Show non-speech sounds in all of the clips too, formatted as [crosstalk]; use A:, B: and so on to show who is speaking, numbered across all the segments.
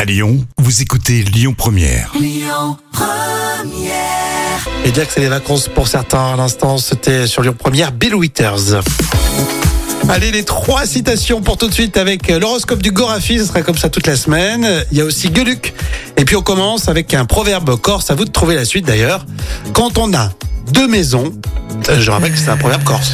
A: À Lyon, vous écoutez Lyon Première.
B: Et dire que c'est les vacances pour certains à l'instant, c'était sur Lyon Première, Bill Withers. Allez, les trois citations pour tout de suite avec euh, l'horoscope du Gorafi, ce sera comme ça toute la semaine. Il y a aussi Gueluc. Et puis on commence avec un proverbe corse, à vous de trouver la suite d'ailleurs. Quand on a deux maisons, euh, je rappelle que c'est un proverbe corse.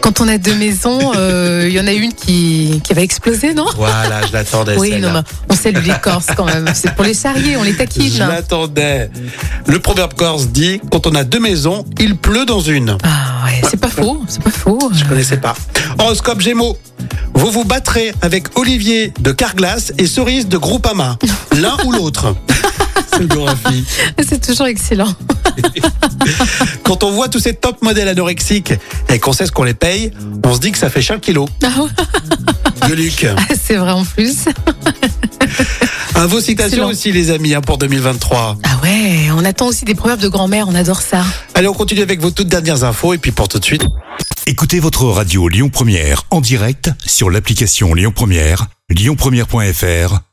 C: Quand on a deux maisons, euh, il y en a une qui, qui va exploser, non
B: [laughs] Voilà, je l'attendais.
C: Oui,
B: celle-là.
C: non, mais on salue les Corses quand même. C'est pour les charrier, on les
B: Je
C: taquine.
B: l'attendais. Le proverbe corse dit quand on a deux maisons, il pleut dans une.
C: Ah ouais, c'est pas faux, c'est pas faux.
B: Je connaissais pas. Horoscope Gémeaux. Vous vous battrez avec Olivier de Carglass et Cerise de Groupama. L'un ou l'autre. [laughs] C'est le Gorafi.
C: [laughs] C'est toujours excellent. [laughs]
B: Quand on voit tous ces top modèles anorexiques et qu'on sait ce qu'on les paye, on se dit que ça fait cher le kilo.
C: Ah
B: [laughs]
C: ouais,
B: De Luc.
C: c'est vrai en plus.
B: À vos citations
C: Excellent.
B: aussi, les amis, hein, pour 2023.
C: Ah ouais, on attend aussi des proverbes de grand-mère, on adore ça.
B: Allez, on continue avec vos toutes dernières infos et puis pour tout de suite.
A: Écoutez votre radio Lyon Première en direct sur l'application Lyon Première, lyonpremière.fr